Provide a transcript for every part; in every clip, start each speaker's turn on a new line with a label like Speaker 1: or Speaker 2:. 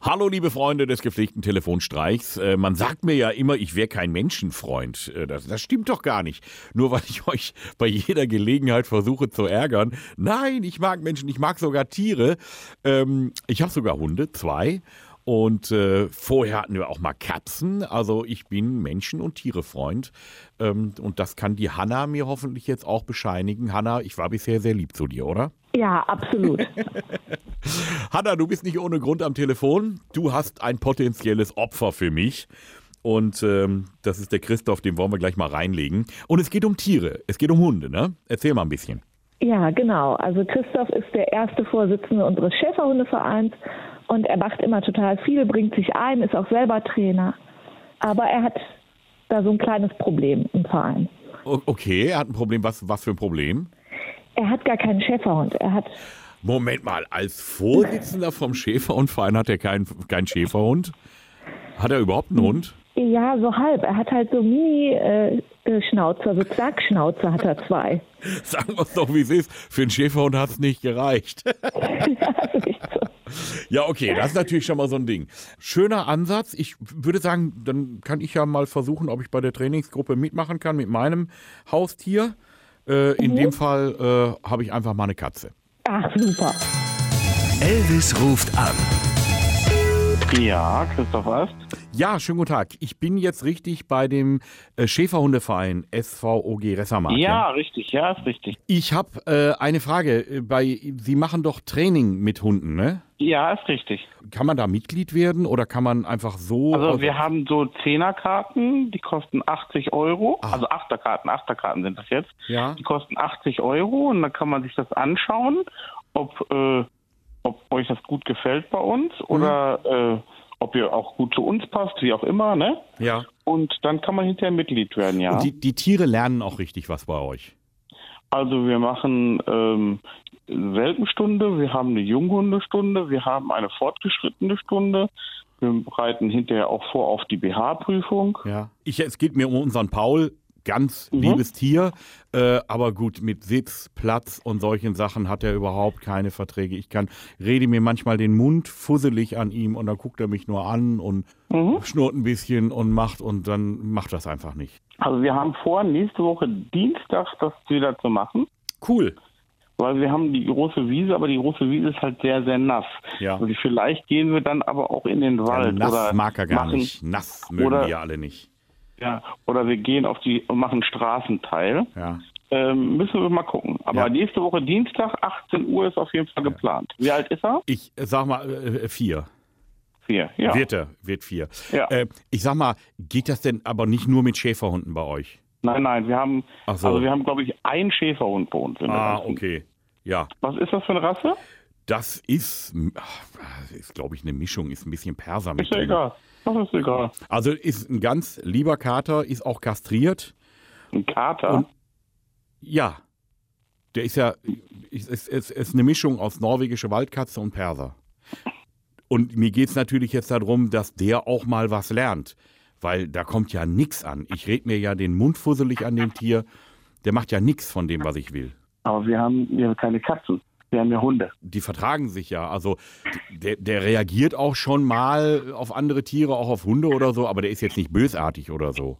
Speaker 1: Hallo, liebe Freunde des gepflegten Telefonstreichs. Äh, man sagt mir ja immer, ich wäre kein Menschenfreund. Äh, das, das stimmt doch gar nicht. Nur weil ich euch bei jeder Gelegenheit versuche zu ärgern. Nein, ich mag Menschen, ich mag sogar Tiere. Ähm, ich habe sogar Hunde, zwei. Und äh, vorher hatten wir auch mal Katzen. Also ich bin Menschen- und Tierefreund. Ähm, und das kann die Hanna mir hoffentlich jetzt auch bescheinigen. Hanna, ich war bisher sehr lieb zu dir, oder?
Speaker 2: Ja, absolut.
Speaker 1: Hanna, du bist nicht ohne Grund am Telefon. Du hast ein potenzielles Opfer für mich. Und ähm, das ist der Christoph, den wollen wir gleich mal reinlegen. Und es geht um Tiere, es geht um Hunde, ne? Erzähl mal ein bisschen.
Speaker 2: Ja, genau. Also Christoph ist der erste Vorsitzende unseres Schäferhundevereins und er macht immer total viel, bringt sich ein, ist auch selber Trainer. Aber er hat da so ein kleines Problem im Verein.
Speaker 1: O okay, er hat ein Problem. Was, was für ein Problem?
Speaker 2: Er hat gar keinen Schäferhund. Er hat
Speaker 1: Moment mal, als Vorsitzender vom Schäferhundverein hat er keinen keinen Schäferhund? Hat er überhaupt einen Hund?
Speaker 2: ja so halb. Er hat halt so Mini-Schnauzer, so Zackschnauzer hat er zwei.
Speaker 1: Sagen wir es doch, wie es ist. Für einen Schäferhund hat es nicht gereicht.
Speaker 2: Also nicht so.
Speaker 1: Ja, okay, das ist natürlich schon mal so ein Ding. Schöner Ansatz. Ich würde sagen, dann kann ich ja mal versuchen, ob ich bei der Trainingsgruppe mitmachen kann mit meinem Haustier. Äh,
Speaker 3: Mhm.
Speaker 1: in dem Fall äh, habe ich einfach mal eine Katze.
Speaker 2: Ach, super.
Speaker 4: Elvis ruft an.
Speaker 3: Ja, Christoph Alft.
Speaker 1: Ja, schönen guten Tag. Ich bin jetzt richtig bei dem äh, Schäferhundeverein SVOG Ressamark.
Speaker 3: Ja, richtig, ja, ist richtig.
Speaker 1: Ich habe äh, eine Frage. äh, Bei, Sie machen doch Training mit Hunden, ne?
Speaker 3: Ja, ist richtig.
Speaker 1: Kann man da Mitglied werden oder kann man einfach Oh, so.
Speaker 3: Also
Speaker 1: aus-
Speaker 3: wir haben so Zehnerkarten, die kosten 80 Euro.
Speaker 1: Ah.
Speaker 3: Also Achterkarten, Achterkarten sind das jetzt.
Speaker 1: Ja.
Speaker 3: Die kosten 80 Euro und dann kann man sich das anschauen, ob, äh, ob euch das gut gefällt bei uns
Speaker 1: Mhm.
Speaker 3: oder äh, ob ihr auch gut zu uns passt, wie auch immer, ne?
Speaker 1: ja.
Speaker 3: Und dann kann man hinterher Mitglied werden, ja.
Speaker 1: Und die, die Tiere lernen auch richtig was bei euch.
Speaker 3: Also wir machen ähm, Welpenstunde, wir haben eine Junghundestunde, wir haben eine fortgeschrittene Stunde. Wir bereiten hinterher auch vor auf die BH-Prüfung.
Speaker 1: Ja. Ich, es geht mir um unseren Paul. Ganz
Speaker 3: Mhm.
Speaker 1: liebes Tier. Äh, aber gut, mit Sitz, Platz und solchen Sachen hat er überhaupt keine Verträge. Ich kann, rede mir manchmal den Mund fusselig an ihm und dann guckt er mich nur an und
Speaker 3: Mhm.
Speaker 1: schnurrt ein bisschen und macht und dann macht das einfach nicht.
Speaker 3: Also wir haben vor, nächste Woche Dienstag das wieder zu machen.
Speaker 1: Cool.
Speaker 3: Weil wir haben die große Wiese, aber die große Wiese ist halt sehr, sehr nass.
Speaker 1: Ja.
Speaker 3: Also vielleicht gehen wir dann aber auch in den
Speaker 1: Ja,
Speaker 3: Wald.
Speaker 1: nass
Speaker 3: oder
Speaker 1: mag er gar
Speaker 3: machen,
Speaker 1: nicht. Nass mögen
Speaker 3: oder-
Speaker 1: wir alle nicht.
Speaker 3: Ja, oder wir gehen auf die und machen Straßenteil.
Speaker 1: Ja.
Speaker 3: Ähm, müssen wir mal gucken. Aber
Speaker 1: Ja.
Speaker 3: nächste Woche Dienstag, 18 Uhr ist auf jeden Fall geplant. Wie alt ist er?
Speaker 1: Ich äh, sag mal, äh, vier.
Speaker 3: Vier. Ja.
Speaker 1: Wird er, wird vier.
Speaker 3: Ja.
Speaker 1: Äh, ich sag mal, geht das denn aber nicht nur mit Schäferhunden bei euch?
Speaker 3: Nein, nein, wir haben,
Speaker 1: Ach so.
Speaker 3: also wir haben, glaube ich, einen Schäferhund bei uns. in der
Speaker 1: Ah,
Speaker 3: ganzen-
Speaker 1: okay. Ja,
Speaker 3: Was ist das für eine Rasse?
Speaker 1: das ist, ach, das ist glaube ich, eine Mischung, ist ein bisschen Perser mit
Speaker 3: Ist ja
Speaker 1: drin.
Speaker 3: egal. Das ist egal.
Speaker 1: Also ist ein ganz lieber Kater, ist auch kastriert.
Speaker 3: Ein Kater.
Speaker 1: Und- Ja, der ist ja, ist, ist, ist, ist eine Mischung aus norwegische Waldkatze und Perser. Und mir geht es natürlich jetzt darum, dass der auch mal was lernt. Weil da kommt ja nichts an. Ich rede mir ja den Mund fusselig an dem Tier. Der macht ja nichts von dem, was ich will.
Speaker 3: aber wir haben ja keine Katzen. Wir haben ja Hunde.
Speaker 1: die vertragen sich ja. Also der, der reagiert auch schon mal auf andere Tiere, auch auf Hunde oder so, aber der ist jetzt nicht bösartig oder so.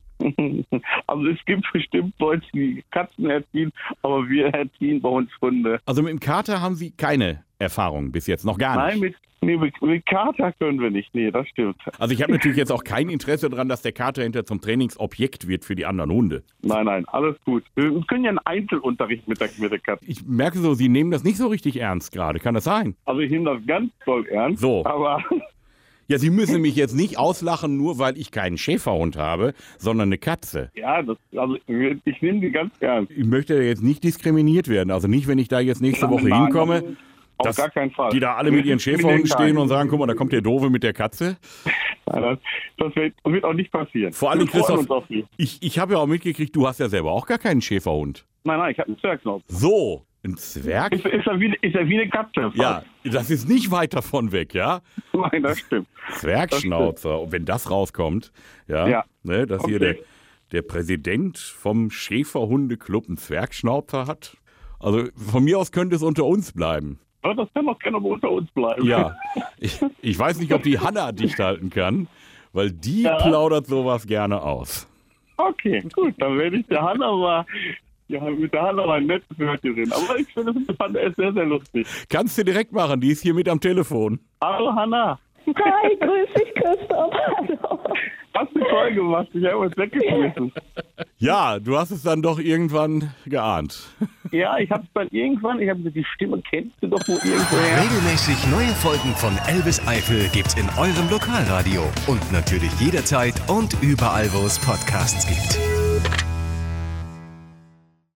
Speaker 3: Also es gibt bestimmt Leute, die Katzen erziehen, aber wir erziehen bei uns Hunde.
Speaker 1: Also mit dem Kater haben sie keine Erfahrung bis jetzt, noch gar
Speaker 3: Nein,
Speaker 1: Ah, nicht.
Speaker 3: mit, nee, mit, mit Kater können wir nicht. Nee, das stimmt.
Speaker 1: Also ich habe natürlich jetzt auch kein Interesse daran, dass der Kater hinter zum Trainingsobjekt wird für die anderen Hunde.
Speaker 3: Nein, nein, alles gut. Wir können ja einen Einzelunterricht mit der, mit der Katze.
Speaker 1: Ich merke so, sie nehmen das nicht so richtig ernst gerade. Kann das sein?
Speaker 3: Also ich nehme das ganz doll ernst.
Speaker 1: So.
Speaker 3: Aber
Speaker 1: Ja, sie müssen mich jetzt nicht auslachen, nur weil ich keinen Schäferhund habe, sondern eine Katze.
Speaker 3: ja, das, also ich nehme die ganz ernst.
Speaker 1: Ich möchte jetzt nicht diskriminiert werden. Also nicht, wenn ich da jetzt nächste Woche
Speaker 3: Nein,
Speaker 1: hinkomme.
Speaker 3: nein, Auf
Speaker 1: dass
Speaker 3: gar keinen Fall.
Speaker 1: Die da alle mit ihren Schäferhunden
Speaker 3: den
Speaker 1: stehen
Speaker 3: Kleinen.
Speaker 1: und sagen, guck mal, da kommt der Doofe mit der Katze.
Speaker 3: Nein, das- Das wird, wird auch nicht passieren.
Speaker 1: Vor allem,
Speaker 3: Wir freuen
Speaker 1: Christoph,
Speaker 3: uns auf die.
Speaker 1: ich, ich habe ja auch mitgekriegt, du hast ja selber auch gar keinen Schäferhund.
Speaker 3: Nein, nein, ich habe einen Zwergknopf.
Speaker 1: So, ein Zwerg?
Speaker 3: Ist, ist, er wie, ist er wie eine Katze?
Speaker 1: Ja, das ist nicht weit davon weg, ja?
Speaker 3: Nein, das stimmt.
Speaker 1: Zwergschnauzer, und wenn das rauskommt, ja,
Speaker 3: Ja.
Speaker 1: Ne, dass hier
Speaker 3: Okay.
Speaker 1: der, der Präsident vom Schäferhundeclub einen Zwergschnauzer hat. Also von mir aus könnte es unter uns bleiben.
Speaker 3: Ja, das kann doch keiner unter uns bleiben.
Speaker 1: Ja, ich, ich weiß nicht, ob die Hanna dicht halten kann, weil die plaudert sowas gerne aus.
Speaker 3: Okay, gut, dann werde ich der Hanna mal. Ja, mit der Hanna mal nett gehört hier reden. Aber ich finde das fand es sehr, sehr lustig.
Speaker 1: Kannst du direkt machen, die ist hier mit am Telefon.
Speaker 3: Hallo Hanna,
Speaker 2: Hi, grüß dich, Christoph. Hallo.
Speaker 3: hast du toll gemacht. Ich habe uns weggeschmissen.
Speaker 1: Ja, du hast es dann doch irgendwann geahnt.
Speaker 3: Ja, ich habe es dann irgendwann, ich habe die Stimme kennst du doch wo irgendwoher.
Speaker 4: Regelmäßig neue Folgen von Elvis Eifel gibt's in eurem Lokalradio und natürlich jederzeit und überall, wo es Podcasts gibt.